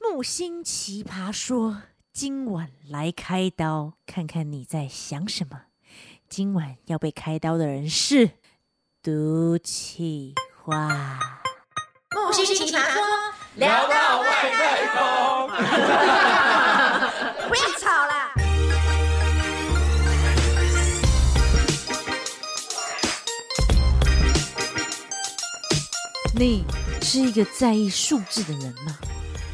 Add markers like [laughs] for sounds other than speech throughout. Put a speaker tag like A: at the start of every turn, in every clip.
A: 木星奇葩说，今晚来开刀，看看你在想什么。今晚要被开刀的人是毒气化。
B: 木星奇葩说，
C: 聊到外太空。
B: 不要吵啦！
A: 你是一个在意数字的人吗？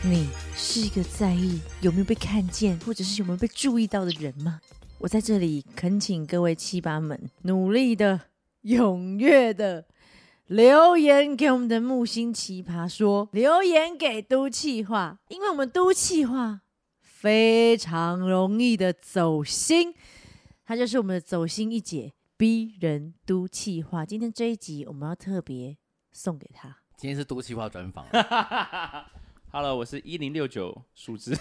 A: 你是一个在意有没有被看见，或者是有没有被注意到的人吗？我在这里恳请各位七八们努力的、踊跃的留言给我们的木星奇葩说，留言给都气化，因为我们都气化非常容易的走心，它就是我们的走心一姐，逼人都气化。今天这一集我们要特别送给他。
D: 今天是多气化专访，
C: [laughs] Hello，我是一零六九数
D: [laughs]
C: 字，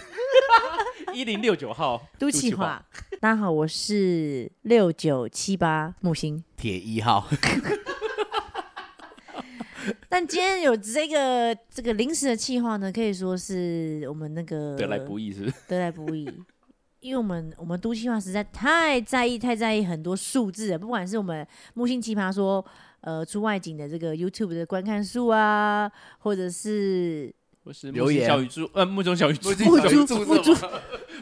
C: 一零六九号
A: 都气化。大家好，我是六九七八木星。
D: 铁一
C: [laughs]
D: 号，
A: 但今天有这个这个临时的计划呢，可以说是我们那个
C: 得来不易是不是？
A: 得来不易，因为我们我们都计划实在太在意太在意很多数字了，不管是我们木星奇葩说呃出外景的这个 YouTube 的观看数啊，或者是
C: 我是
D: 留言
C: 木星小宇宙，呃，目中小宇宙，
A: 木珠木
D: 木
A: 珠
D: 珠，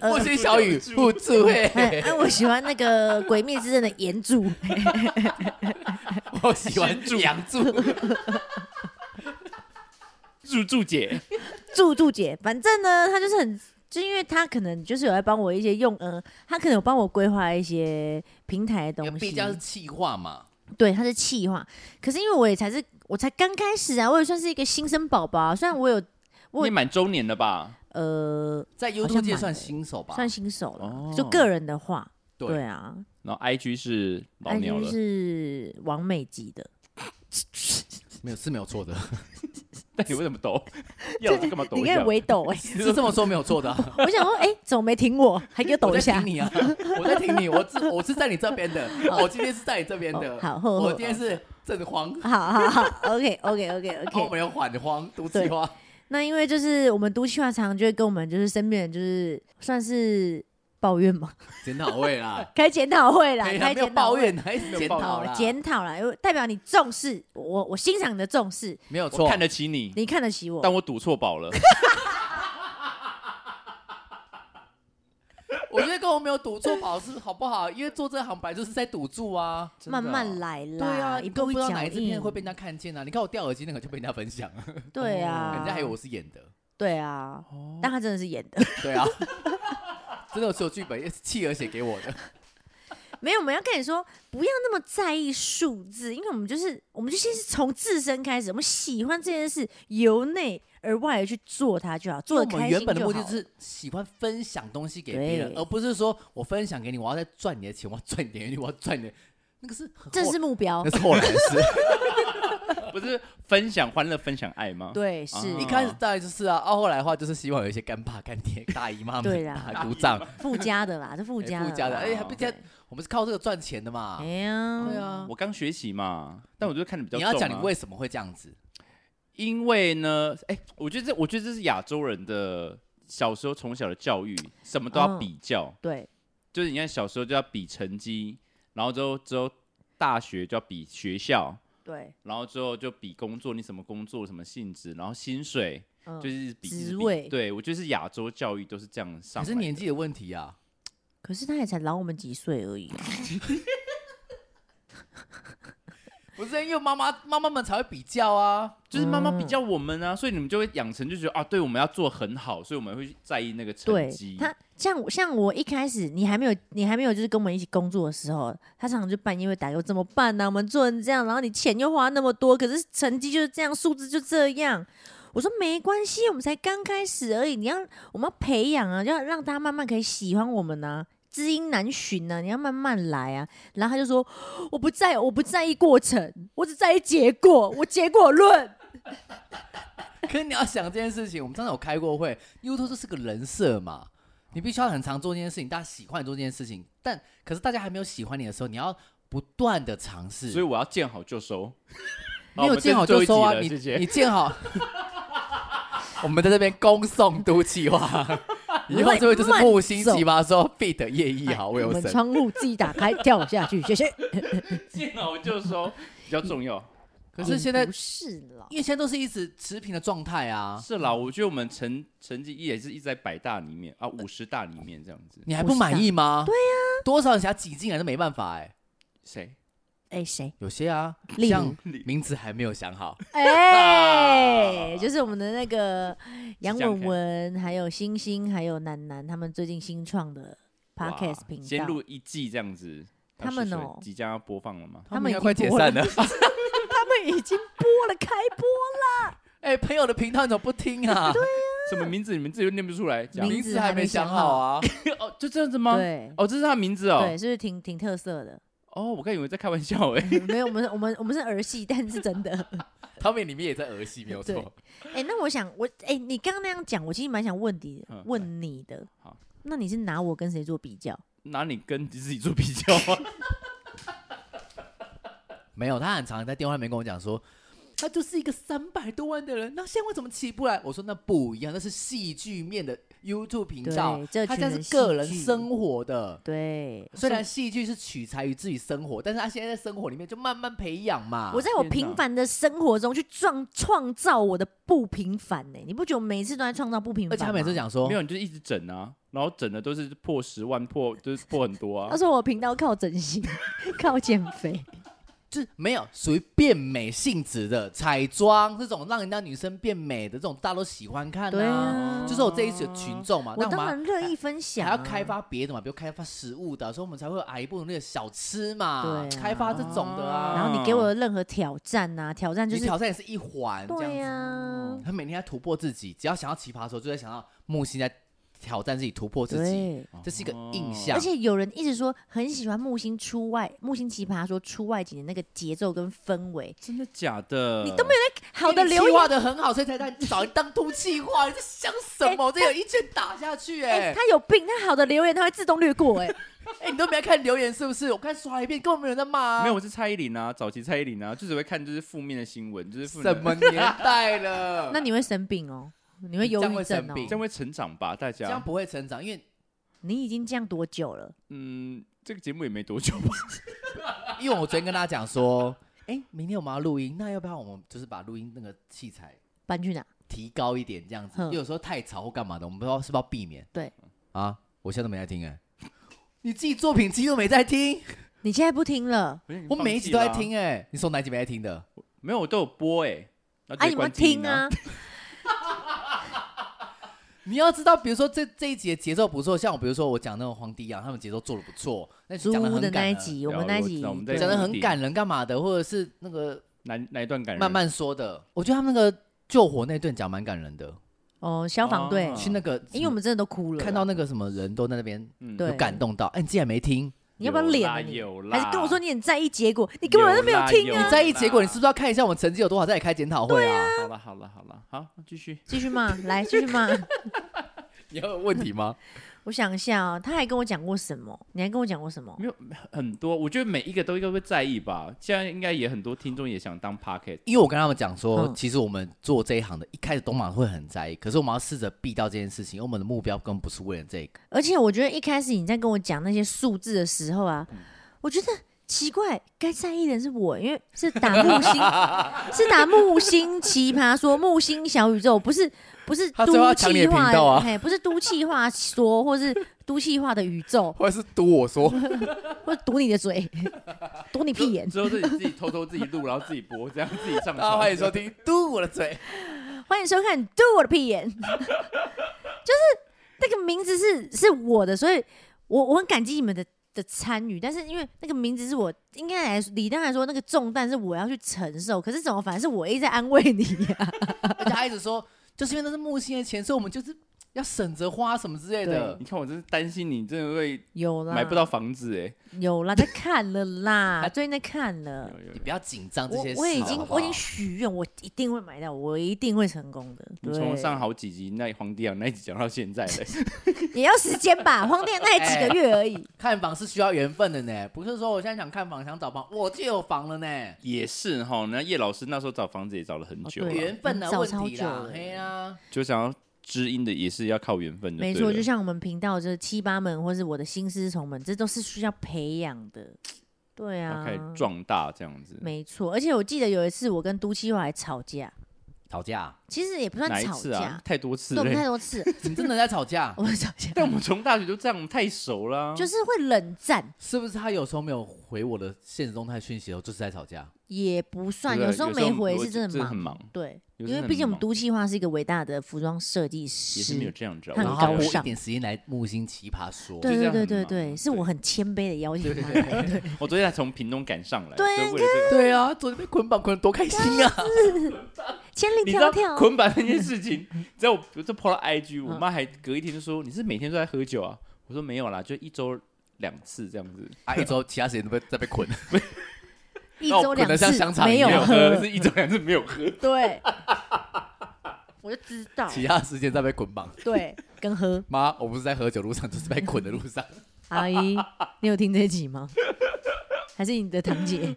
D: 木星小
C: [laughs]
D: 雨不智慧，
A: 哎、 [laughs] 哎我喜欢那个《鬼灭之刃》的岩柱，
D: 我喜欢杨柱，
C: [laughs] 入住姐，
A: 柱柱姐，反正呢，她就是很，就因为她可能就是有在帮我一些用，呃，她可能有帮我规划一些平台的东西，
D: 毕竟是气化嘛，
A: 对，他是气话。可是因为我也才是，我才刚开始啊，我也算是一个新生宝宝、啊。虽然我有我
C: 你满周年了吧？
A: 呃
D: 在 YouTube 界算新手吧，
A: 算新手了，
C: 哦
A: 就个人的话，
D: 对
A: 对啊，
C: 然后 IG 是老鸟
A: IG
C: 了，
A: 是王美级的，
D: 没有是没有
A: [laughs]
D: 错的，
C: 但 [laughs] 你为什么抖？要是干嘛抖
A: 你
C: 一
A: 可以
C: 下？
A: 围抖哎、
D: 是这么说没有错的啊。
A: [laughs] 我想说，哎、怎么没停我？还给我 [laughs] 抖
D: 我
A: 一
D: 在
A: 下 [laughs]
D: 挺。你啊，我在挺你，我是我是在你这边的，我今天是在你这边
A: 哦
D: 的，
A: 好呵呵
D: 我今天是正慌，
A: 好好好，OK OK OK
D: 然后我
A: OK。
D: 们有缓慌，都气化，
A: 那因为就是我们都气话常常就会跟我们就是身边人就是算是抱怨嘛，
D: 检讨位
A: [laughs]
D: 啦，
A: 开检讨会啦，
D: 哎呀
A: 开
D: 没有
A: 检讨
D: 抱
A: 会。
D: 怨，还是检
C: 没有抱怨
D: 讨啦，
A: 检讨啦，因为代表你重视我，我欣赏你的重视，
D: 没有
C: 我
D: 错
C: 看，得起你，
A: 你看得起我。
C: 但我赌错宝了。 [laughs]
D: 我觉得跟我没有赌错保是好不好？因为做这行本来就是在赌注啊，
A: 慢慢
D: 来。
A: 来啦，
D: 对啊，
A: 一
D: 你
A: 步
D: 都
A: 一
D: 不知道
A: 脚
D: 哪一支片
A: 印
D: 会被人家看见啊！你看我掉耳机那个就被人家分享，
A: 对啊，
D: 哦人家还哦以为我是演的。
A: 对啊，但他真的是演的。 [laughs]
D: 对啊， [laughs] 真的是有剧本，也是契儿写给
A: [laughs]
D: 我的。
A: 没有，我们要跟你说，不要那么在意数字，因为我们就是，我们就先是从自身开始，我们喜欢这件事，由内而外的去做它就好，
D: 因为
A: 做
D: 我
A: 的
D: 们
A: 开
D: 原
A: 心
D: 本的
A: 就
D: 目的
A: 好。
D: 是喜欢分享东西给别人
A: 对，
D: 而不是说我分享给你，我要再赚你的钱，我要赚你的阅历，我要赚你的那个是很
A: 这
D: [laughs] 后
A: 是哦目标
D: 那，是后来的 [laughs] 事。
C: 不是分享欢乐，分享爱吗？
A: 对，是
C: 啊
D: 一开始当然就是啊，啊后来的话就是希望有一些干爸干爹、大姨妈
A: 对
D: 们、
A: 啦
D: 大姑丈，
A: 附加的啦，这附
D: 哎
A: 加
D: [laughs] 附加的
A: 啦
D: 哎还不加
A: 对
D: 我们是靠这个赚钱的嘛
A: 哎。呀，
D: 对啊，
C: 我刚学习嘛，但我就看的比较
D: 你
C: 重啊。
D: 要讲你为什么会这样子？
C: 因为呢，哎、我觉得这，我觉得这是亚洲人的小时候从小的教育，什么都要
A: 嗯
C: 比较，
A: 对，
C: 就是你看小时候就要比成绩，然后之后之后大学就要比学校，
A: 对，
C: 然后之后就比工作，你什么工作什么性质，然后薪水，
A: 嗯
C: 就是一直比一直
A: 职
C: 比
A: 位
C: 对我觉得是亚洲教育都是这样上
D: 可是
C: 来的。
D: 年纪的问题啊。
A: 可是他也才老我们几岁而已啊，
D: 不是因为妈妈妈妈们才会比较啊，
C: 就是妈妈比较我们啊，所以你们就会养成就觉得啊，对我们要做很好，所以我们会在意那个成
A: 对
C: 绩。
A: 他像我像我一开始你还没有你还没有就是跟我们一起工作的时候，他常常就半夜会打给我怎么办啊呢、我们做成这样，然后你钱又花那么多，可是成绩就是这样，数字就这样。我说没关系，我们才刚开始而已，你要我们要培养啊，就要让大家慢慢可以喜欢我们呢、知音难寻啊呢、你要慢慢来啊。然后他就说：“我不在，我不在意过程，我只在意结果，我结果论。
D: [laughs] 可是你要想这件事情，我们刚才有开过会，YouTube 这是个人设嘛，你必须要很常做这件事情，大家喜欢你做这件事情，但可是大家还没有喜欢你的时候，你要不断的尝试，
C: 所以哦我要
D: [laughs]
C: 见好就收。
D: 没有见好就收啊，你 [laughs]
C: 谢谢。
D: 你见好，我们在这边恭送都企
C: [laughs]
D: 划，以后这位就是木星奇葩说 fit 叶一豪
A: 我
D: 魏
A: 哎们
D: 神。
A: 窗户自己打开，跳下去，谢谢。
C: 见好就收比较
D: [laughs]
C: 重要。
D: 可哎是现在
A: 也不，是了，
D: 因为现在都是一直持平的状态啊，
C: 是啦，我觉得我们成成绩也是一直在百大里面啊，五十大里面这样子。
D: 你还不满意吗？对啊呀、多少人想挤进来都没办法哎、
C: 谁？
A: 哎，谁？
D: 有些啊，
A: 例如
D: 像名字还没有想好，
A: [laughs] 哎，就是我们的那
C: [laughs]
A: 个杨
C: 这样
A: 文文，还有星星，还有楠楠，他们最近新创的
C: 哇
A: podcast 频
C: 先录
A: 道，
C: 一季这样子。
A: 他们
C: 那是
A: 哦
C: 谁即将要播放了吗？
A: 他们
D: 应该
A: 已经
D: 快解
A: 播了
D: 散了。
A: 他们已经播了开播
D: 哎、朋友的频道你怎么不听啊？
C: 什么名字？你们自己都念不出来，讲
A: 名
D: 名
A: 字
D: 字
A: 还
D: 还
A: 没
D: 没想
A: 想好
D: 好啊。
C: 哦，就这样子吗？
A: 对
C: 哦，这是他名字哦
A: 对，。是不是挺挺特色的？ [laughs]
C: 哦，我刚以为在开玩笑哎。 [laughs]
A: 没有，我们我们我们是儿戏，但是真的。
D: 他们里面也在儿戏，没有
A: 对
D: 错。
A: 哎、那我想，我哎、你刚刚那样讲，我其实蛮想问你的，
C: 嗯
A: 问你的
C: 好。
A: 那你是拿我跟谁做比较？
C: 拿你跟自己做比
A: [laughs]
C: 较啊？
D: 没有，他很常在电话里面跟我讲说，他就是一个三百多万的人，那现在为什么起不来？我说那不一样，那是戏剧面的 YouTube 频道
A: 对这，
D: 他
A: 群
D: 家
A: 人
D: 是个人
A: 戏剧
D: 生活的。
A: 对，
D: 虽然戏剧是取材于自己生活，但是他现在在生活里面就慢慢培养嘛。
A: 我在我
C: 天
A: 平
C: 哪啊
A: 凡的生活中去创创造我的不平凡呢、你不觉得我每次都在创造不平
D: 而
A: 凡？
D: 且他每次，讲说
C: 没，有，你就一直整啊，然后整的都是破十万，破就是破很多
A: 他
C: 啊。
A: 说我频道靠整形， [laughs] 靠减肥，
D: 就是没有属于变美性质的彩妆这种让人家女生变美的这种，大家都喜欢看
A: 对啊
D: 就是我这一群群众嘛。
A: 我
D: 那们
A: 当然乐意分享、
D: 还
A: 啊。
D: 要开发别的嘛，比如开发食物的，所以我们才会有阿姨不努力的小吃嘛，
A: 对啊
D: 开发这种的啊。
A: 然后你给我的任何挑战呐、啊，挑战就
D: 你
A: 是
D: 挑战也是一环，这
A: 对啊
D: 样
A: 呀、
D: 子。他每天在突破自己，只要想要奇葩的时候，就在想到木星在挑战自己、突破自己，
A: 对。
D: 这是一个
C: 哦
D: 印象
A: 而。且有人一直说很喜欢木星出外，木星奇葩说出外景的那个节奏跟氛围，
C: 真的假的？
A: 你都没有在好的
D: 因为你
A: 留
D: 计
A: 言。
D: 划的很好，所以才在找你当都气话。你在想什
A: [laughs]
D: 么？我这有一拳打下去，
A: 哎、
D: 哎
A: 他有病，他好的留言他会自动略
D: [laughs]
A: 过、哎，
D: 哎，你都没看留言是不是？我看刷一遍，根本没有人在骂啊。
C: 没有，我是蔡依林啊，早期蔡依林啊，就只会看就是负面的新闻，就是负
D: 什么年代了， [laughs]
C: [laughs]
A: 那你会生病哦，你会
D: 你这
A: 忧
D: 样
A: 郁
D: 会
A: 症
D: 生
A: 哦
D: 病
C: 这。样会成长吧？大
D: 这样
C: 家，
D: 不会成长，因为
A: 你已经这样多久了？
C: 嗯，这个节目也没多久吧？ [laughs]
D: 因为我昨天跟大家讲说，哎、明天我们要录音，那要不要我们就是把录音那个器材
A: 搬去哪？
D: 提高一点，这样子，
A: 哼
D: 因为有时候太吵或干嘛的，我们不知道是不是要避免。
A: 对
D: 啊，我现在都没在听哎、你自己作品集都没在听，
A: 你现在不听了，
C: 我已经
D: 我
C: 放
D: 每一
C: 弃
D: 集都在
C: 了啊，
D: 听哎、你说哪集没在听的？
C: 没有，我都有播哎。那直
A: 啊，
C: 接
A: 你们
C: 关静
A: 听
C: 音
A: 啊
C: 啊？？
D: 你要知道，比如说这这一集的节奏不错，像我比如说我讲那个黄帝阳，他们节奏做的不错，那集
A: 租
D: 讲的
A: 屋
D: 很啊
A: 的
D: 感
A: 那一
D: 人，
A: 集，我
C: 了
A: 们那一
C: 我
A: 集
C: 知道我们
A: 对
C: 在
D: 讲的很
C: 对
D: 感人干嘛的，或者是那个
C: 哪哪一段感人？
D: 慢慢说的，我觉得他们那个救火那段讲蛮感人的，
A: 哦，消防队
C: 哦，
D: 去那个
A: 因为我们真的都哭了。
D: 看到那个什么人都在那边
C: 嗯
A: 对
D: 有感动到，哎、你竟然没听？
A: 你要不要脸啊？
C: 有啦
A: 你
C: 有
A: 还
C: 啦
A: 是跟我说你很在意结果？你根本都没
C: 有啦
A: 听
C: 有
A: 啊
C: 啦！
D: 你在意结果，你是不是要看一下我们成绩有多好，再来开检讨会啊？
C: 好了好了好了，好，继 [laughs] 续。
A: 继续骂，来继续
D: [laughs]
A: 骂。
D: 你有问题吗？
A: 我想一下哦，他还跟我讲过什么？你还跟我讲过什么？
C: 没有很多，我觉得每一个都应该会在意吧。现在应该也很多听众也想当 pocket，
D: 因为我跟他们讲说，
A: 嗯
D: 其实我们做这一行的，一开始都蛮会很在意，可是我们要试着避掉这件事情，因为我们的目标根本不是为了这个。
A: 而且我觉得一开始你在跟我讲那些数字的时候
D: 嗯
A: 啊，我觉得奇怪，该在意的是我，因为是打木
D: [laughs]
A: 星，是打木星奇葩说木星小宇宙，不是不是
D: 他最后
A: 都
D: 要抢你
A: 气
D: 的
A: 化
D: 频道啊
A: 嘿，不是都气化说，或是都气化的宇宙，
D: 或者是堵我 [laughs] 说，
A: 或者堵你的嘴， [laughs] 堵你屁眼。
C: 之后自己 [laughs] 自己偷偷自己录，然后自己播，这样自己上
D: 啊，
C: 传。
D: 欢 [laughs] 迎收听堵我的嘴。
A: 欢迎收看《嘟我的屁眼》， [laughs] 就是那个名字是是我的，所以我我很感激你们的的参与。但是因为那个名字是我，应该来理当来说，那个重担是我要去承受。可是怎么反而是我一直在安慰你呀、
D: 而且他一直说，就是因为那是木星的钱，所以我们就是要省着花什么之类的
C: 你。看我真是担心你真的会
A: [laughs] 有啦，
C: 买不到房子哎、
A: 有啦，在看了
C: [laughs]
A: 啦，最近在看了。
C: 有有
D: 你
C: 有
D: 不要紧张这
A: 我
D: 些事
A: 我已经
D: 好不好
A: 我已经许愿，我一定会买到，我一定会成功的。
C: 你
A: 对，
C: 从上好几集那黄帝阳啊那一集讲到
A: [laughs]
C: 现在嘞，
E: 也要时间
C: [laughs]
E: 吧，荒店那也几个月而已。
D: 看房是需要缘分的呢，不是说我现在想看房想找房，我就有房了呢。
C: 也是哈。那叶老师那时候找房子也找了很久、
A: 哦对啊
D: 缘分的
A: 你找
D: 问
A: 超
D: 题
A: 久
D: 啦
A: 了，
D: 嘿呀，
C: 就想要知音的也是要靠缘分的。
A: 没错，就像我们频道这七八门，或是我的新师从们，这都是需要培养的。对
C: 他
A: 啊
C: 开，始壮大这样子。
A: 没错。而且我记得有一次我跟都七华还吵架，
D: 吵架，
A: 其实也不算
C: 哪一
A: 吵
C: 次
A: 架，
C: 啊？太多次
A: 对我们太
C: 嘞。
A: 多次，
D: 你真的在吵
A: [laughs]
D: 架
A: 我？们吵架
C: 但我们从大学就这样，我们太熟了、啊。
A: 就是是会冷战，
D: 是不是他有时候没有回我的现实动态讯息的时候，就是在吵架？
A: 也不算，有时候没回是真的
C: 很
A: 忙。
C: 忙，
A: 对，
C: 有
A: 因
C: 时候
A: 为
C: 很
A: 毕竟我们
C: 忙
A: 都气化是一个伟大的服装设计
C: 也是没有
A: 师，
C: 这样子。
A: 很
D: 然
C: 我
D: 后
C: 觉
D: 他
C: 得
A: 高
D: 拨
A: 尚
D: 一点时间来木星奇葩说，
A: 对
C: 就这
A: 对
C: 样
A: 对
C: 很
A: 对
C: 忙啊
A: 对，是
C: 对
A: 我很谦卑的邀请他来的。
C: 我昨天才从屏东赶上来，
A: 对
C: 所以为了这个，
D: 对啊，昨天被捆绑捆得多开心啊！
E: 千
C: [laughs] 你
E: 里
C: 知
E: 迢
C: 道
E: 迢，
C: 捆绑那件事
A: [laughs]
C: 情，在我我就 PO 到
A: 嗯
C: IG，我妈还隔一天就说你是每天都在喝酒啊？我说没有啦，就一周两次这样子，
D: [laughs] 啊，一周其他时间都被在被捆， [laughs]
E: 一
D: 那我
C: 哦
E: 周
D: 可能
E: 两
D: 像
E: 次
D: 香肠
E: 没
D: 一
E: 有
A: [laughs]
D: 样
E: 喝，
C: 是一周两次没有喝。
E: 对，我就知道，
D: 其他时间在被捆绑。
E: 对，
A: 跟喝
D: 妈，我不是在喝酒路上，就是被捆的路上。
A: 阿姨，你有听这集吗？还是你的堂姐？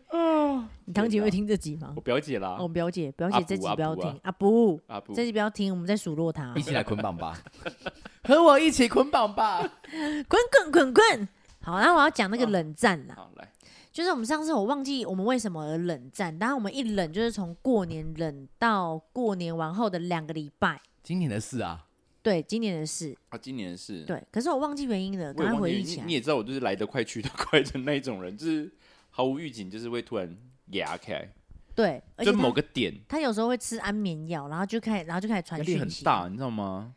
A: 你堂姐会听这集吗
C: 我？表姐啦
A: 哦，，表姐，表
C: 阿
A: 姐这
C: 布
A: 集
C: 阿
A: 不要
C: 啊布啊
A: 听啊！不，
C: 啊不，
A: 这集不要听，我们在数落他
D: [laughs]
C: [laughs]
D: 一。起来捆绑吧， [laughs] 和我一起捆绑吧。
A: 滚滚滚滚！好，那我要讲那个
C: 啊
A: 冷战啦，
C: 好来，
A: 就是我们上次我忘记我们为什么而冷战，当然我们一冷就是从过年冷到过年完后的两个礼拜，
D: 今年的事啊，
A: 对，今年的事，
C: 啊今年是，
A: 对，可是我忘记原因了，
C: 我
A: 赶
C: 也
A: 快
C: 忘
A: 回
C: 记
A: 忆
C: 你
A: 起来
C: 你。也知道我就是来得快去得快的那一种人，就是毫无预警，就是会突然牙开，
A: 对，而且
C: 就某
A: 他
C: 个点
A: 他有时候会吃安眠药，然后就开，然后就开始
C: 压
A: 传
C: 力
A: 讯
C: 很
A: 息，
C: 大，你知道吗？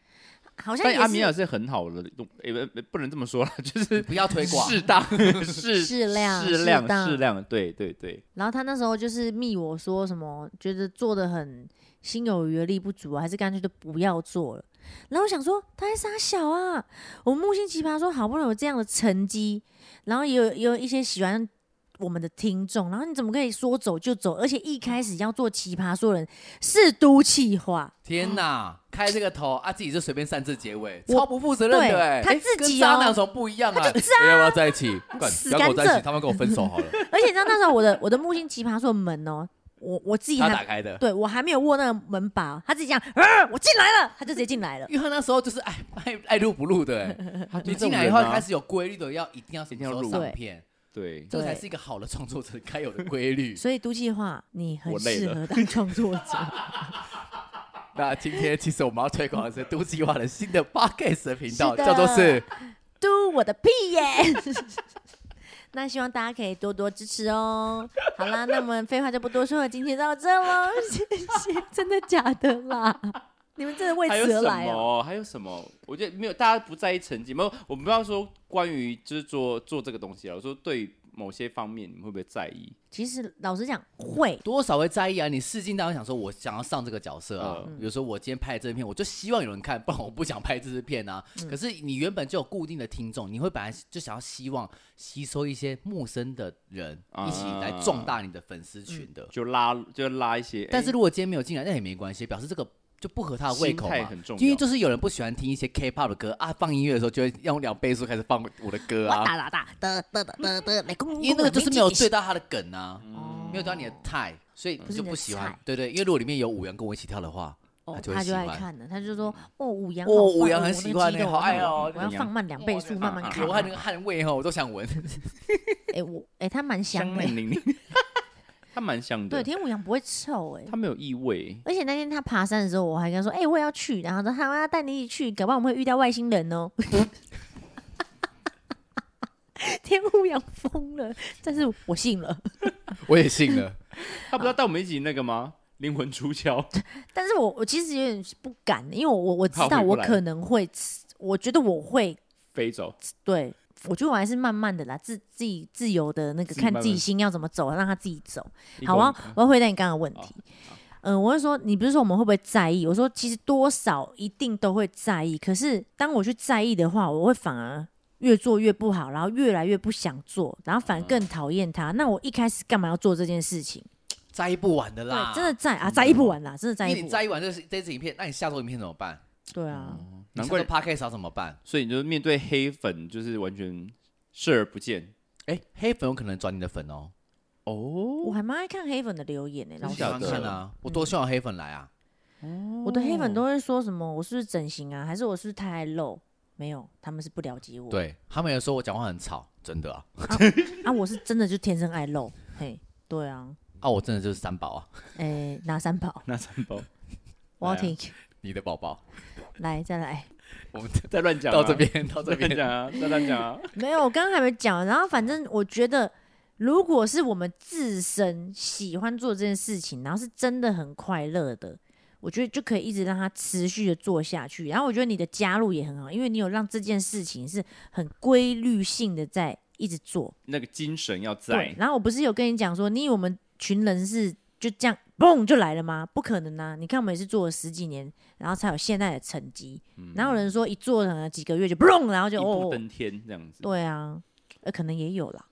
A: 好像
C: 但
A: 也
C: 阿米
A: 是
C: 尔是很好的，也、不不不能这么说啦，就是
D: 不要推广。
C: [laughs] 适
A: [laughs]
C: 当适
A: 嗯适量
C: 适
A: 适
C: 量
A: 当
C: 适量，对对对，
A: 然后他那时候就是密我说什么，觉得做的很心有余而力不足啊，还是干脆就不要做了。然后我想说，他还傻小啊！我们木星奇葩说好不容易有这样的成绩，然后也有也有一些喜欢我们的听众，然后你怎么可以说走就走？而且一开始要做奇葩说的人是都气话，
D: 天哪，开这个头啊，自己就随便擅自结尾，
A: 我
D: 超不负责任的
A: 对
D: 欸。
A: 他
D: 欸
A: 自己
D: 跟渣
A: 哦
D: 男有什么不一样啊？
E: 就
D: 没有要在一起，干
A: 死
D: 不要跟我在一
A: 甘
D: 起，
A: 蔗
D: 他们跟我分手好了。
A: 而且你知道那时候我的我的木星奇葩说的门哦，我我自己
D: 他
A: 还
D: 打开的，
A: 对我还没有握那个门把，他自己讲，啊，我进来了，他就直接进来了。
D: 因为他那时候就是爱 [laughs] 爱爱录不录的欸。你进来以后开始有规律的，要一定要什么时候
C: 啊一定
A: 要录
D: 上片，
C: 对，
D: 这才是一个好的创作者该有的规律。
A: 所以都计划你很
C: 我累
A: 适
C: 了
A: 合当创作者。
C: [laughs]
D: 那今天其实我们要推广的是都计划的新的 podcast 的频道，
A: 是的
D: 叫做是
A: 嘟我的屁耶！ [laughs] 那希望大家可以多多支持哦。好啦，那我们废话就不多说了，今天到这喽，谢谢。真的假的啦？你们真的为
C: 还有
A: 此而
C: 什
A: 来哦？
C: 么？还有什么？我觉得没有，大家不在意成绩，没有。我们不要说关于就是做做这个东西啊，我说对于某些方面你们会不会在意？
A: 其实老实讲，会
D: 多少会在意啊。你试镜当然想说，我想要上这个角色啊。
C: 嗯
D: 比如说我今天拍这支片，我就希望有人看，不然我不想拍这支片啊。
C: 嗯
D: 可是你原本就有固定的听众，你会本来就想要希望吸收一些陌生的人
C: 啊
D: 一起来壮大你的粉丝群的。
C: 就拉就拉一些，
D: 但是
C: 哎
D: 如果今天没有进来，那也没关系，表示这个。就不合他的胃口
C: 心态
D: 嘛
C: 很重，要
D: 因为就是有人不喜欢听一些 K-pop 的歌啊，放音乐的时候就会用两倍速开始放我的歌啊，
E: 哒哒哒哒哒哒哒哒，来公
D: 因为那个就是没有对到他的梗啊，没有对到你的 type，所以
E: 不是
D: 你就
E: 你的
D: 不喜欢
E: 菜。
D: 对对，因为如果里面有五羊跟我一起跳的话，
A: 哦，
D: 就
A: 他
D: 会喜
A: 就爱
D: 欢。
A: 看了，他就说哦，五羊
D: 哦
A: 好
D: 五
A: 棒
D: 羊
A: 哦
D: 很
A: 那个
D: 喜欢
A: 肌
D: 欸
A: 肉
D: 好
A: 很
D: 爱
A: 好
D: 哦
A: 我要
C: 五羊
A: 放慢两倍速慢
C: 啊
A: 慢看
D: 流。汗那个汗味 [laughs] 哦哈，我都想闻。
A: 哎，我哎，他蛮香
C: 香
A: 的
C: 嫩。淋漓，它蛮香
A: 对，
C: 的，
A: 天五羊不会臭哎。
C: 它没有异味。
A: 而且那天他爬山的时候，我还跟他说：“哎、我也要去。”然后他说：“好啊，带你一起去，搞不好我们会遇到外星人哦。” [laughs] 天乌羊疯了，但是我信了。
D: [laughs] 我也信 [laughs] 了，
C: 他不知道带我们一起那个吗？灵魂出窍，
A: 但是我我其实有点不敢，因为我我我知
C: 怕
A: 道
C: 回不
A: 我
C: 来
A: 可能会，我觉得我会
C: 飞走，
A: 对。我觉得我还是慢慢的啦，自自己自由的那个
C: 自己
A: 看
C: 慢慢
A: 自己心要怎么走，让他自己走。
C: 一
A: 好，
D: 嗯
C: 口
A: 我要
C: 啊
A: 我要回答你刚刚的问题。嗯，我是说，你不是说我们会不会在意？我说其实多少一定都会在意，可是当我去在意的话，我会反而越做越不好，然后越来越不想做，然后反而更讨厌
D: 嗯
A: 他。那我一开始干嘛要做这件事情？
D: 摘不完的啦，
A: 对，真的在啊，在意不完啦，真的在
D: 因为
A: 意
D: 你
A: 不
D: 摘
A: 完。
D: 一完这个这支影片，那你下周影片怎么办？
A: 对啊，
D: 嗯
C: 难怪
D: p a r k 要怎么办？
C: 所以你就面对黑粉，就是完全视而不见。
D: 哎，黑粉有可能转你的粉哦，
C: 哦
A: 我还蛮爱看黑粉的留言呢、老
D: 我
A: 实
D: 喜欢
C: 假
D: 看
A: 说，
C: 的
D: 啊，我多希望黑粉来啊！
A: 我的黑粉都会说什么？我是不是整形啊？还是我是不是太爱露？没有，他们是不了解我。
D: 对他们也说我讲话很吵，真的啊，
A: 啊，我是真的就天生爱露。嘿，对啊，
D: 啊，我真的就是三宝啊，
A: 哎、拿三宝，
C: 那三包
A: 我要
C: 来啊
A: 听， [laughs]
D: 你的宝宝，
A: 来再来。
D: 我们
C: 再乱讲啊，
D: 到这边 [laughs] 到这
C: 再乱
D: 边，
C: 讲啊，再乱讲啊。
A: 没有，我刚刚还没讲。然后反正我觉得，如果是我们自身喜欢做这件事情，然后是真的很快乐的，我觉得就可以一直让它持续的做下去。然后我觉得你的加入也很好，因为你有让这件事情是很规律性的在一直做。
C: 那个精神要在，
A: 然后我不是有跟你讲说，你以为我们群人是就这样嘣就来了吗？不可能啊！你看我们也是做了十几年，然后才有现在的成绩。哪有人说一做可能几个月就嘣，然后
C: 嗯一
A: 就哦，
C: 步登天这样子。，
A: 对啊，呃，可能也有啦。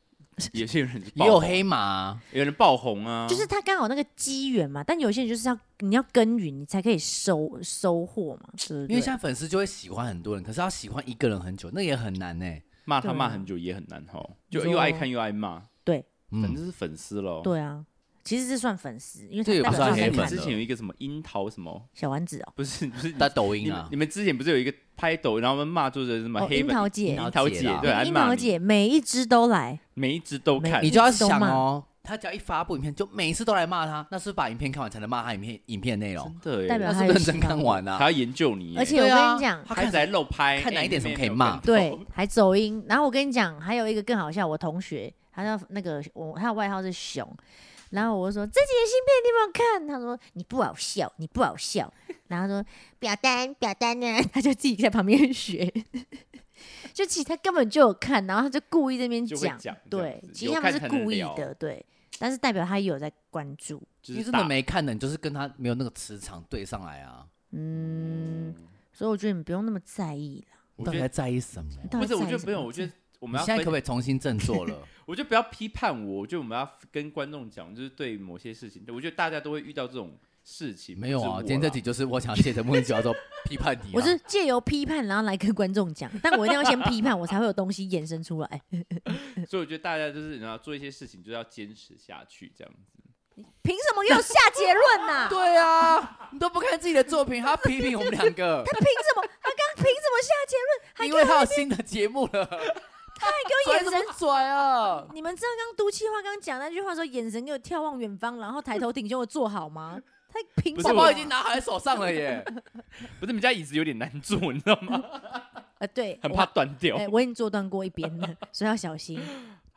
C: 有些人就
D: 也
C: 爆
D: 有
C: 红，
D: 黑马啊，
C: 有人爆红啊，
A: 就是他刚好那个机缘嘛，但有些人就是要你要耕耘，你才可以收收获嘛，对不
D: 因
A: 对？
D: 为现在粉丝就会喜欢很多人，可是要喜欢一个人很久，那也很难呢。
C: 骂他
A: 对啊
C: 骂很久也很难吼，
A: 嗯
C: 就
A: 你说
C: 又爱看又爱骂，反
D: 嗯，
C: 正是粉丝喽。，
A: 对啊，其实这算粉丝，因为
D: 这也
A: 他
D: 不
A: 代表
D: 算
A: 就是
D: 黑
A: 在
D: 粉
A: 看
C: 之
D: 了
C: 前有一个什么樱桃什么，
A: 小丸子哦，
C: 不是不是你
D: 打抖
C: 你
D: 音
C: 们
D: 啊
C: 你，们之前不是有一个拍抖，然后他们骂就是什么
A: 哦
C: 黑
A: 樱
C: 粉
A: 桃姐，
C: 樱桃
D: 樱
C: 姐
D: 桃姐啦啊
C: 对，还
A: 樱
C: 骂
A: 桃
C: 你
A: 姐每一只都来，
C: 每一只都
A: 每
C: 看
A: 一
D: 你，就要
A: 直都
D: 想
A: 骂
D: 哦，他只要一发布影片，就每一次都来骂他，那是不是把影片看完才能骂他影片影片内容
C: 真，的耶
A: 代表
D: 那
A: 他
D: 是
A: 有
D: 认
A: 喜
D: 真
A: 欢
D: 看
A: 我
D: 完
C: 还
D: 啊。
C: 要研究你耶，
A: 而且我
D: 对
A: 跟
D: 啊
A: 你讲，
D: 他
C: 还
D: 看
C: 在漏拍，
D: 看哪一点什么可以
C: 哎
D: 骂
A: 对，还走音。然后我跟你讲，还有一个更好笑，我同学他叫那个我，他的外号是熊。然后我就说这集的新片你有没有看？他说你不好笑，你不好笑。 [laughs] 然后他说表单表单呢，他就自己在旁边学。就其实他根本就有看，然后他就故意在那边
C: 就会
A: 讲
C: 讲，这样
A: 对
C: 子，
A: 其实
C: 有
A: 他们
C: 看
A: 是
C: 才能
A: 故意
C: 聊
A: 的，对。但是代表他也有在关注，
D: 因
C: 就是
D: 为真
C: 打
D: 的没看的，你就是跟他没有那个磁场对上来啊。
A: 嗯，所以我觉得你不用那么在意啦。
D: 你
C: 我
D: 到底
C: 觉
D: 在
C: 得
D: 在意什么？
A: 你到
C: 不
A: 底
C: 是，我
A: 在
C: 觉
A: 意
C: 得
A: 什
C: 不用，
A: 么
C: 我觉得我
D: 我
C: 们要
D: 现在可不
C: 分
D: 可以重新振作了？
C: 我觉得不要批判我，我觉得我们要跟观众讲，就是对某些事情，我觉得大家都会遇到这种事情。
D: 没有
C: [laughs]
D: 啊，今
C: 不止我啦
D: 天这集就是我想借着莫名其妙说批判你、啊。
A: [laughs] 我是借由批判，然后来跟观众讲，但我一定要先批判，我才会有东西延伸出来。
C: 所以我觉得大家就是你要做一些事情，就是要坚持下去，这样子。
A: 凭什么给我下结论呐、
D: [laughs] 对啊，你都不看自己的作品，还要批评我们两
A: [laughs]
D: 个，
A: 凭什么？他刚凭什么下结论？还
D: [laughs] 因
A: 给
D: 为
A: 我
D: 他有新的节目了，
A: 给我
D: 拽
A: 眼神
D: 什么拽啊！
A: 你们知道刚刚毒气话刚讲那句话说眼神给我眺望远方，然后抬头挺胸的坐好吗？他凭
C: 不是
A: 什
D: 宝
A: 么
D: 宝
A: 啊？
D: 已经拿好在手上了 [laughs] 耶，
C: 不是你们家椅子有点难坐，你知
A: [laughs]
C: 道吗？
A: 呃，对，
C: 很怕
A: 我。
C: 断掉
A: 哎、。我已经坐断过一边了，所以要小心。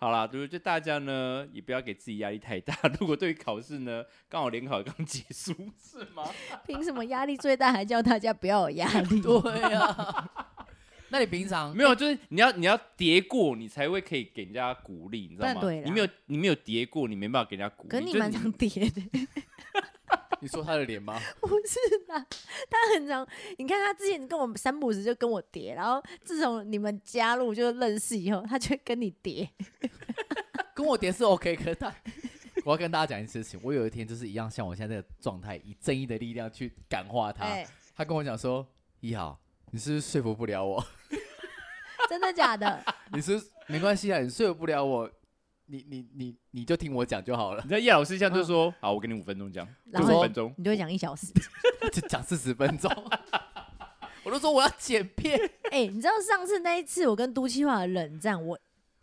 C: 好啦，就是就大家呢也不要给自己压力太大。如果对于考试呢，刚好联考刚结束，是
A: [laughs]
C: 吗？
A: 凭什么压力最大还叫大家不要有压力？
D: 对啊。那你平常
C: 没有，就是你要你要叠过，你才会可以给人家鼓励，你知道吗？
A: 但对啦
C: 你没有你没有叠过，你没办法给人家鼓励。
A: 可是你
C: 就是
A: 蛮常叠的，
D: [laughs] 你说他的脸吗？
A: 不是啦，他很常，你看他之前跟我们三不时就跟我叠，然后自从你们加入就认识以后，他就会跟你叠。
C: [laughs]
D: 跟我叠是 OK，可是他， [laughs] 我要跟大家讲一件事情，我有一天就是一样像我现在这个状态，以正义的力量去感化他。
A: 哎、
D: 他跟我讲说：“一豪，你是不是说服不了我， [laughs]
A: 真的假的？ [laughs]
D: 你是不是没关系啊，你说服不了我，你你你你就听我讲就好了 [laughs]
C: 你，知道叶老师现在就说：“好，我给你五分钟讲，
A: 嗯然
D: 后
C: 五分钟。
A: 你就会讲一小时。
D: 就讲四十分钟。” [laughs] 我都说我要剪片，
A: 哎、你知道上次那一次我跟都气化的冷战，我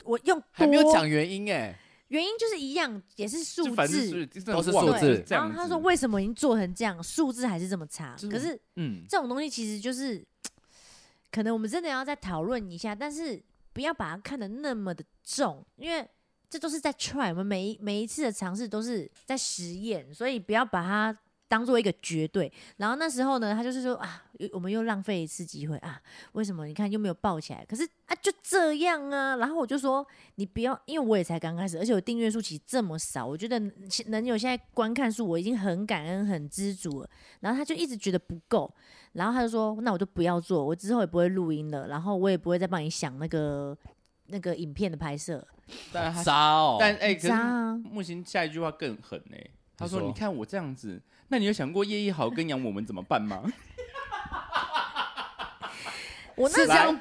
A: 我用多
D: 还没有讲原因哎、
A: 原因就是一样，也是数
C: 就反正
A: 字。
C: 是
D: 都是
C: 忘
D: 数
C: 了
D: 字
C: 就是这
A: 然
C: 样
A: 后他
C: 子。
A: 说：“为什么已经做成这样，数字还是这么差？”
C: 就是
A: 可是
C: 嗯，
A: 这种东西其实就是，可能我们真的要再讨论一下，但是不要把它看得那么的重，因为这都是在 try，我们每一每一次的尝试都是在实验，所以不要把它当做一个绝对。然后那时候呢，他就是说啊，又我们又浪费一次机会啊，为什么？你看又没有抱起来，可是啊就这样啊。然后我就说你不要，因为我也才刚开始，而且我订阅数其实这么少，我觉得现能有现在观看数，我已经很感恩很知足了。然后他就一直觉得不够，然后他就说那我就不要做，我之后也不会录音了，然后我也不会再帮你想那个那个影片的拍摄。
C: 但他
D: 渣哦，
C: 但哎，可
A: 渣
C: 是
A: 啊！
C: 木星下一句话更狠哎、他说：“
D: 你说
C: 你看我这样子，那你有想过叶一豪跟杨我们怎么办吗？ [laughs]
A: 我那
D: 是
A: 时
D: 这
A: 候
D: 样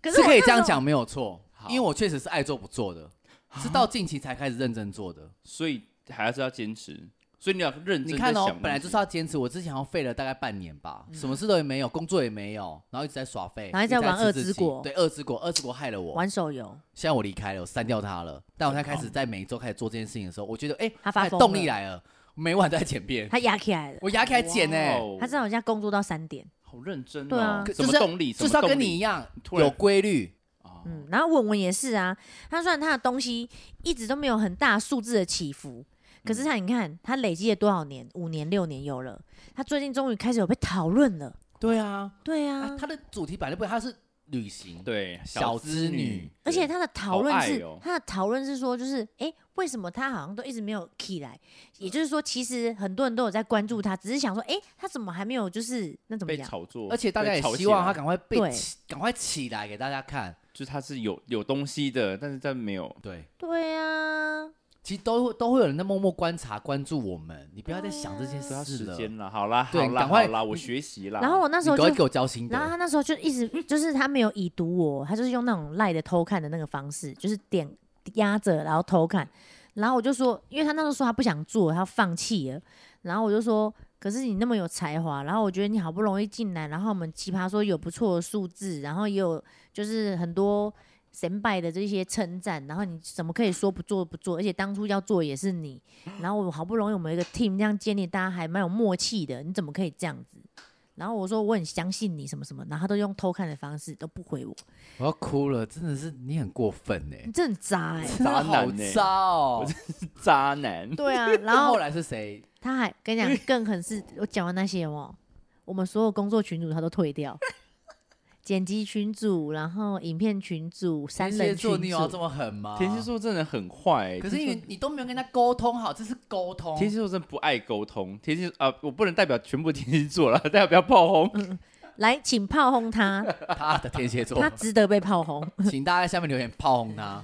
A: 可是
D: 是
A: 我
D: 可以这
A: 那
D: 样
A: 时候，
D: 讲没有错，
C: 好
D: 因为我确实是爱做不做的，是到近期才开始认真做的。
C: 所以还是要坚持，所以你要认真地
D: 你看哦
C: 想，
D: 本来就是要坚持，我之前好像废了大概半年吧，什么事都也没有，工作也没有，然后一直在耍废，
A: 嗯然后一直在玩
D: 吃自己
A: 恶之果
D: 对，恶之果，恶之果害了我。
A: 玩手游，
D: 现在我离开了，我删掉它了，但我现在开始在每周开始做这件事情的时候，我觉得哎，
A: 他发
D: 哎
A: 疯
D: 动
A: 了
D: 力来了，每晚都在剪片，
A: 他压起来了。
D: 我牙起来剪哎，
C: 哇哦
A: 他知道我现在工作到三点，
C: 好认真哦，
A: 对啊
D: 可
C: 什
D: 就
C: 么
D: 是要
C: 动力？
D: 就是
C: 什么
D: 要
C: 动
D: 跟你
C: 力
D: 一样
C: 突然
D: 有规律，
C: 哦
A: 嗯，然后文文也是啊，他虽然他的东西一直都没有很大数字的起伏，可
D: 嗯
A: 是他你看他累积了多少年，五年六年有了，他最近终于开始有被讨论了。
D: 对啊，
A: 对
D: 啊
A: 啊，
D: 它的主题本来就不一样，它是旅行，
C: 对
D: 小
C: 资
D: 资女，
A: 而且他的讨论是，
C: 好爱哦
A: 他的讨论是说，就是哎、诶为什么他好像都一直没有起来？也就是说，其实很多人都有在关注他，只是想说，哎、他怎么还没有？就是那怎么
C: 被
A: 讲？
C: 炒作，
D: 而且大家也
C: 被炒起
D: 希望
C: 来
D: 它赶快
A: 对
D: 被起赶快起来给大家看，
C: 就是他是有有东西的，但是他没有
D: 对。
A: 对啊，
D: 其实都会都会有人在默默观察、关注我们，你不要再想这些
C: 对啊时
D: 事了。
C: 间了，好啦，好
D: 对
C: 啦，
D: 赶快嗯
C: 好啦，我学习啦。
A: 然后我那时候
D: 你
A: 就
D: 赶快给我交心
A: 然后
D: 得，
A: 他那时候就一直就是他没有已读我，他就是用那种赖的偷看的那个方式，就是点压着然后偷看。然后我就说，因为他那时候说他不想做，他放弃了。然后我就说，可是你那么有才华，然后我觉得你好不容易进来，然后我们奇葩说有不错的数字，然后也有就是很多神拜的这些称赞，然后你怎么可以说不做不做？而且当初要做也是你，然后我好不容易我们有一个 team 这样建立，大家还蛮有默契的，你怎么可以这样子？然后我说我很相信你什么什么，然后他都用偷看的方式都不回我，
D: 我要哭了，真的是你很过分呢、
A: 你真的很渣
D: [laughs]
A: 哎、
D: 真的好
C: 欸
D: 渣哦、
C: 渣男，
A: 对啊， [laughs] 然
D: 然后后
A: 后
D: 来是谁？
A: 他还跟
D: [laughs]
A: 你讲更狠是，我讲完那些哦，我们所有工作群组他都退掉，剪辑群组，然后影片群组，三
D: 天蝎
A: 人群
D: 座你有要这
A: 组，
D: 么狠吗？
C: 天蝎，座真的很坏欸，
D: 啊可是因
C: 天蝎
D: 为你都没有跟他沟通好，这是沟通。
C: 座天蝎座真的不爱沟通，天蝎啊，我不能代表全部天蝎座了， [laughs] 代表不要炮
D: 嗯
C: 轰。
A: 来请炮轰
D: [laughs]
A: 他，
D: 他的天蝎座
A: 他，值得被炮轰，
D: [laughs] 请大家在下面留言炮
A: [laughs]
D: 轰他。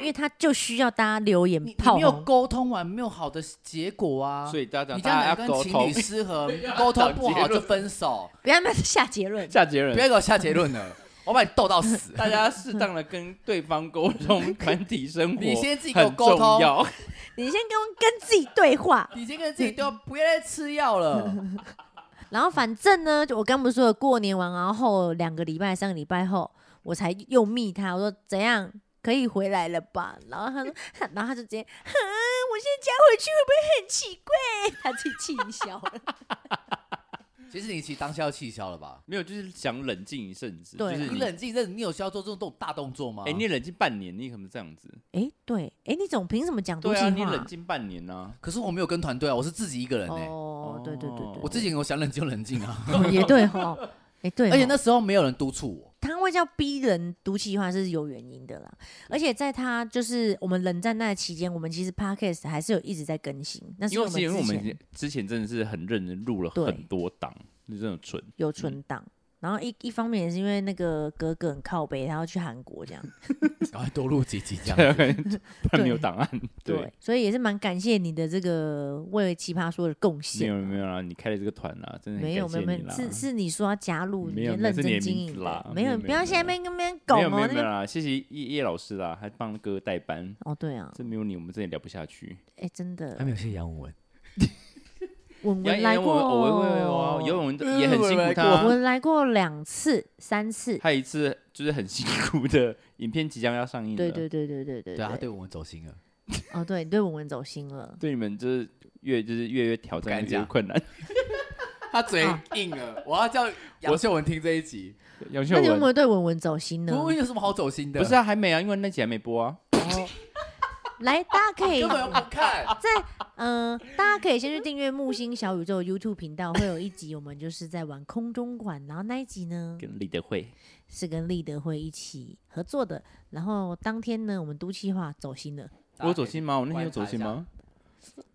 A: 因为他就需要大家留言
D: 你你
A: 炮
D: 没有
A: 轰。
D: 沟通完，没有好的结果啊。
C: 所以大家
D: 你这
C: 讲，
D: 样
C: 大
D: 哪
C: 家
D: 跟
C: 要沟
D: 情
C: 通
D: 侣，
C: [laughs]
D: 失和，沟通不好
C: 结
D: 就
C: 论
D: 分手，
A: 不要那么下结
D: [laughs]
A: 论，
C: 下结
D: 不
C: 论。
D: 要给我下结论了，我把你逗到死。
C: 大家适当的跟对方沟通， [laughs] 团体生活
D: 你先自己给我
C: 很
D: 沟
C: 重
D: 通
C: 要。 [laughs]
A: 你先跟我跟自己对话。
D: [laughs] 你先跟自己对话，不要再吃药了。 [laughs]
A: 然后反正呢，就我刚不是说过年完，然后两个礼拜、三个礼拜后，我才又密他，我说怎样可以回来了吧？然后他说， [laughs] 然后他就直接，哼，我现在加回去会不会很奇怪？他自己气消 [laughs] 了。
D: 其实你其实当下要气消了吧？
C: 没有，就是想冷静一阵子，就
A: 对啊
C: 是
D: 你冷哦静，认你有需要做这种这种大动作吗？
C: 哎，你冷静半年，你可能这样子。
A: 哎，对，哎，你总凭什么讲毒
C: 对
A: 气
D: 哎
C: 啊，
A: 话？
C: 你冷静半年呢。
D: 可是我没有跟团队啊，我是自己一个人哎。
A: 哦，对对对对，
D: 我自己我想冷静就冷静啊，
A: 己也对哈。哎，对哦，
D: 而且
A: [laughs]
D: 那时候没有人督促我。
A: 他会叫逼人读气话是有原因的啦，而且在他就是我们冷战那期间，我们其实 podcast 还是有一直在更新，那是
C: 因为是因为我
A: 之
C: 们
A: 前
C: 已经之前真的是很认真录了
A: 对
C: 很多档，就这种蠢。
D: [laughs]
C: [laughs]
A: 有存档。然后一一方面也是因为那个哥哥很靠北，他要去韩国
C: [laughs]
A: 这样，
D: [laughs] 赶快多录几集这样。
C: 不然没有档案。对，
A: 所以也是蛮感谢你的这个为奇葩说的贡
C: 没
A: 献
C: 有。没有啦，你开了这个团啦，真的很
A: 没有没有
C: 感谢
A: 没
C: 你
A: 有，
C: 啦
A: 是是你说要加入，
C: 没有
A: 先
C: 那
A: 认
C: 是你
A: 真
C: 的
A: 经
C: 名字
A: 营
C: 啦
A: 的，没
C: 没有
A: 有
C: 没有
A: 不要现在
C: 没
A: 边跟别人
C: [laughs] 没
A: 拱
C: 有没
A: 哦
C: 有
A: 那
C: 没有
A: 个
C: 啦，谢谢叶叶老师啦，还帮哥代班。
A: 哦对啊，
C: 这没有你，我们真的聊不下去。
A: 哎真的
D: 没有谢杨文，
A: 文
C: 杨
A: 文来
C: 杨
A: 过，哦
C: 文，我啊我我我游泳
D: 嗯
C: 也很辛苦
A: 我
C: 他，
A: 们来过两次三次，
C: 他一次就是很辛苦的影片即将要上映了。
A: 对对对对对对
D: 对啊，他对我们走心了。
A: 哦对你对文文走心了，
C: 对你们就是越就是越越挑
D: 不
C: 战
D: 敢
C: 越
D: 讲
A: [laughs]
C: 困难。
D: [laughs] 他嘴硬了， [laughs] 我要叫杨秀文听这一集。
C: 杨秀
A: 那你有没
C: 文啊
A: 有对文文走心呢？
D: 不过有什么好走心的？
C: 不是啊，还没啊，因为那集还没播啊。
A: 哦来，大家可以
D: 根本又不 [laughs] 看，
A: 在嗯、呃大家可以先去订阅木星小宇宙 YouTube 频道，会有一集我们就是在玩空中馆，然后那一集呢
C: 跟李德惠
A: 是跟立德会一起合作的，然后当天呢我们都计划走心了，
C: 我有走心吗？我那天有走心吗？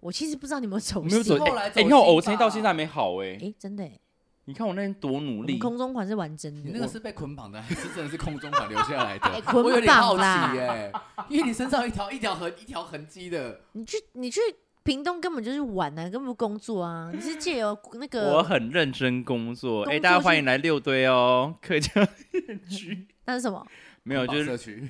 A: 我其实不知道你有没有走
C: 我
A: 心，哦
C: 没有走
D: 后来
C: 哎
D: 走
C: 哎，
D: 心
C: 你看我偶
D: 吧
C: 才到现在还没好哎
A: 哎、，真的、欸，
C: 你看我那天多努
A: 我
C: 力
A: 们，空中馆是玩真
D: 你
A: 的，
D: 那个是被捆绑的，还是真的是空中环留下
A: [laughs]
D: 来的？
A: 哎捆
D: 我有点好
A: 绑
D: 奇
A: 啦
D: 耶、因为你身上有一条一条痕一条痕迹的，
A: 你去你去屏东根本就是玩啊，根本不工作啊，你是借由
C: [laughs]
A: 那
C: 我
A: 个
C: 很认真工作，
A: 工
C: 哎，
A: 作
C: 大家
A: 是
C: 欢迎来六堆哦， [laughs] 客家
A: 那是什么
C: 没有就是
D: 社区。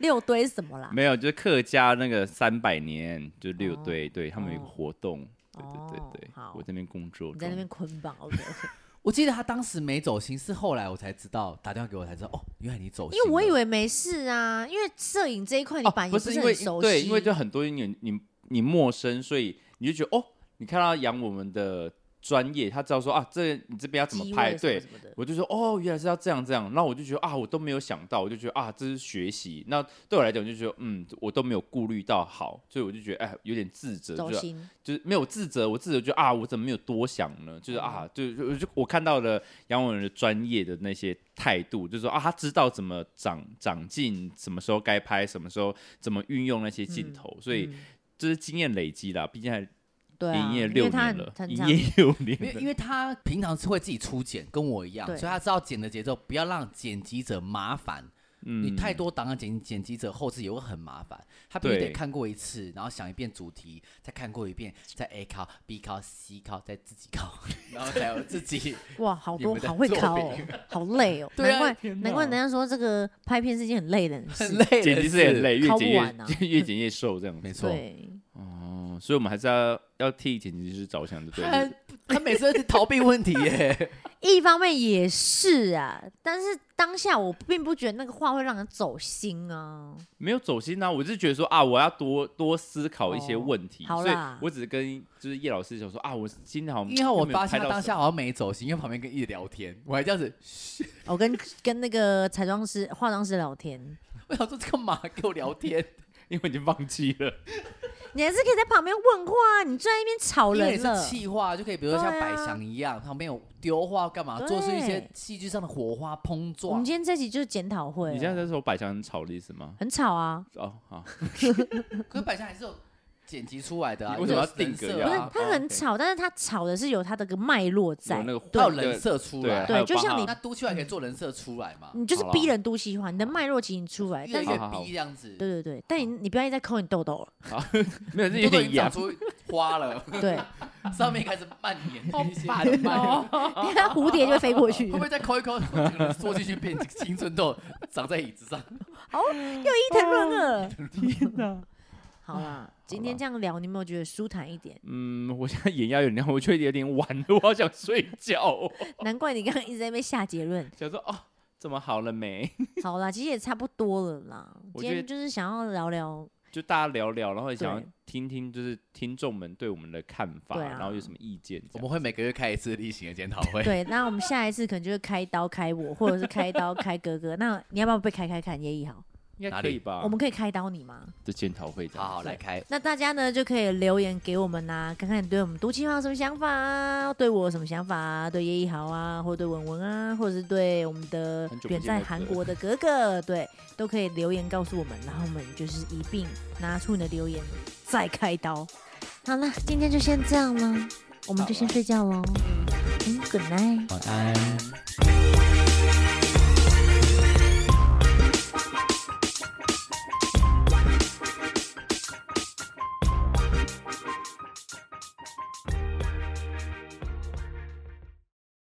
A: 六堆什么啦？
C: 没有就是客家那个三百年就六堆，对他们有一个
A: 哦
C: 活动，对对
A: 哦
C: 对对，
A: 好
C: 我这边工作，
A: 你在那边捆绑，OK
C: [laughs]
A: OK，
D: [laughs] 我记得他当时没走心，是后来我才知道，打电话给我才知道，哦，原来你走心
A: 因
D: 了。
A: 为我以为没事啊，因为摄影这一块你
C: 哦，
A: 本来也
C: 不是因
A: 很
C: 为
A: 熟悉，
C: 对，因为就很多你你你陌生，所以你就觉得哦，你看到杨我们的专业，他知道说啊，这你这边要怎么
A: 机
C: 拍，
A: 位什么
C: 对
A: 什么的
C: 我就说哦，原来是要这样这样，然后我就觉得啊，我都没有想到，我就觉得啊，这是学习。那对我来讲，我就觉得嗯，我都没有顾虑到好，所以我就觉得哎，有点自责，
A: 走
C: 就是
A: 心，
C: 就是没有自责，我自责就啊，我怎么没有多想呢？
A: 哦
C: 就是啊，就就就我看到了杨文的专业的那些态度，就是说啊，他知道怎么长长进，什么时候该拍，什么时候怎么运用那些镜头，所以
A: 嗯
C: 这是经验累积啦，毕竟还
A: 对啊，
C: 营业
A: 因为
C: 六
A: 他
C: 年
A: 很
C: 了，
A: 很
C: 营
A: 常
C: 业六年
D: 没有，
C: 了
D: 因为他平常是会自己初剪，跟我一样，
A: 对
D: 所以他知道剪的节奏，不要让剪辑者麻烦。
C: 嗯
D: 你太多档案剪剪辑者后置也会很麻烦，他必须
C: 对
D: 得看过一次，然后想一遍主题，再看过一遍，再 A 考、B 考、C 考，再自己考， [laughs] 然后才有自己。
A: 哇，好
D: 你
A: 多
D: 们的
A: 好会
D: 作
A: 考、哦
D: 品，
A: 好累
C: [laughs]
A: 哦，
D: 对啊
A: 难怪
C: 天
A: 难怪
C: 哪
A: 人家说这个拍片是一件很累的事，
D: 很累，
C: 剪辑师也很，累，越
A: 靠
C: 剪
A: 不
C: 越、
A: 完啊
C: [laughs] 越剪越瘦这样子
D: 没错。
A: 对，
C: 哦，所以我们还是要要替剪辑师着想，对不对？
D: 他他每次都在逃避问题耶，
A: 一方面也是啊，但是当下我并不觉得那个话会让人走心啊。
C: 没有走心啊，我是觉得说啊，我要多多思考一些问题，
A: 哦好
C: 所以
A: 啦
C: 我只是跟就是叶老师讲说啊，我今天好像
D: 因为我
C: 又没有
D: 发
C: 拍
D: 现他
C: 到
D: 当
C: 什么
D: 下好像没走心，因为旁边跟一直聊天，我还这样子，嘘
A: 我跟跟那个彩妆师、化妆师聊天，
D: 我想说这干嘛跟我聊天？
C: 因为已经放弃
A: [laughs]
C: 了，
A: 你还是可以在旁边问话啊，你坐在那边吵
D: 因为你
A: 人啊
D: 是
A: 了。
D: 气话，就可以比如说像
A: 对啊
D: 百祥一样，旁边有丢话干嘛，
A: 对
D: 做出一些戏剧上的火花碰
A: 我
D: 撞
A: 们。今天这集就是检讨会啊，
C: 你现在在说百香草的意思吗？
A: 很吵啊，
C: 哦，好，
D: 可是百祥还是有剪辑出来的啊，
C: 你为什么要
D: 有人
C: 定格
D: 设
C: 呀
A: 不是
D: 啊
C: 哦
A: 他很
C: OK
A: 吵，但是他吵的是有他的个脉络在
C: 有，那个
D: 他有
C: 对
D: 人设出
C: 对啊
D: 来，啊
C: 还有
A: 对就嗯
C: 帮
A: 像
C: 他
A: 你
D: 那都出来可以做人设出来嘛，
A: 你就是
C: 好啦
A: 逼人都西化，你的脉络其实你出来，
D: 越
A: 但
D: 来
A: 是
D: 越
C: 好好好
D: 逼这样子，
A: 对对对，但你你不要一直在抠你痘痘了，
C: [laughs] 没有，是有
D: 都
C: 点
D: 已经长
C: 痒，
D: 出花
C: [laughs]
D: 了，
A: 对，
D: 上面开始蔓延一些，
C: 好烦哦
A: [laughs] 你看蝴蝶就会飞过去
D: 会不，会再抠一抠，整个 [laughs] 人缩进去变青春痘，长在椅子上？
A: 伊藤
C: 哦
A: 润二。
C: [laughs] 天哪！
A: [laughs] 好啦，今天这样聊，你有没有觉得舒坦一点？
C: 嗯，我现在眼压有点亮，我觉得有点晚了，我好想睡觉哦。 [laughs]
A: 难怪你刚刚一直在那边下结论。
C: 想说哦，怎么好了没？
A: 好啦，其实也差不多了啦。
C: 我
A: 今
C: 觉得
A: 天就是想要聊
C: [laughs]
A: 聊，
C: 就大家聊聊，然后也想要
A: 对
C: 听听就是听众们对我们的看法，
A: 对啊
C: 然后有什么意见
D: [laughs] 我
C: 这样？
D: 们会每个月开一次例行的检讨会。
A: 对，那我们下一次可能就是开刀开我，或者是开刀开哥哥。那你要不要被开开看？叶一豪，
C: 应该
D: 哪
C: 可
D: 里
C: 以吧？
A: 我们可以开刀你吗？
C: 的检讨会这样
D: 好
C: 子
D: 好来开，
A: 那大家呢就可以留言给我们啦、看看你对我们毒气话有什么想法啊，对我有什么想法啊，对叶一豪啊，或对文文啊，或者是对我们的
C: 很久不
A: 远
C: 见
A: 在
C: 的
A: 韩
C: 格
A: 国的格格，对，都可以留言告诉我们，然后我们就是一并拿出你的留言再开刀。好了，今天就先这样了，我们就先睡觉喽。嗯，Good night。
D: 晚安。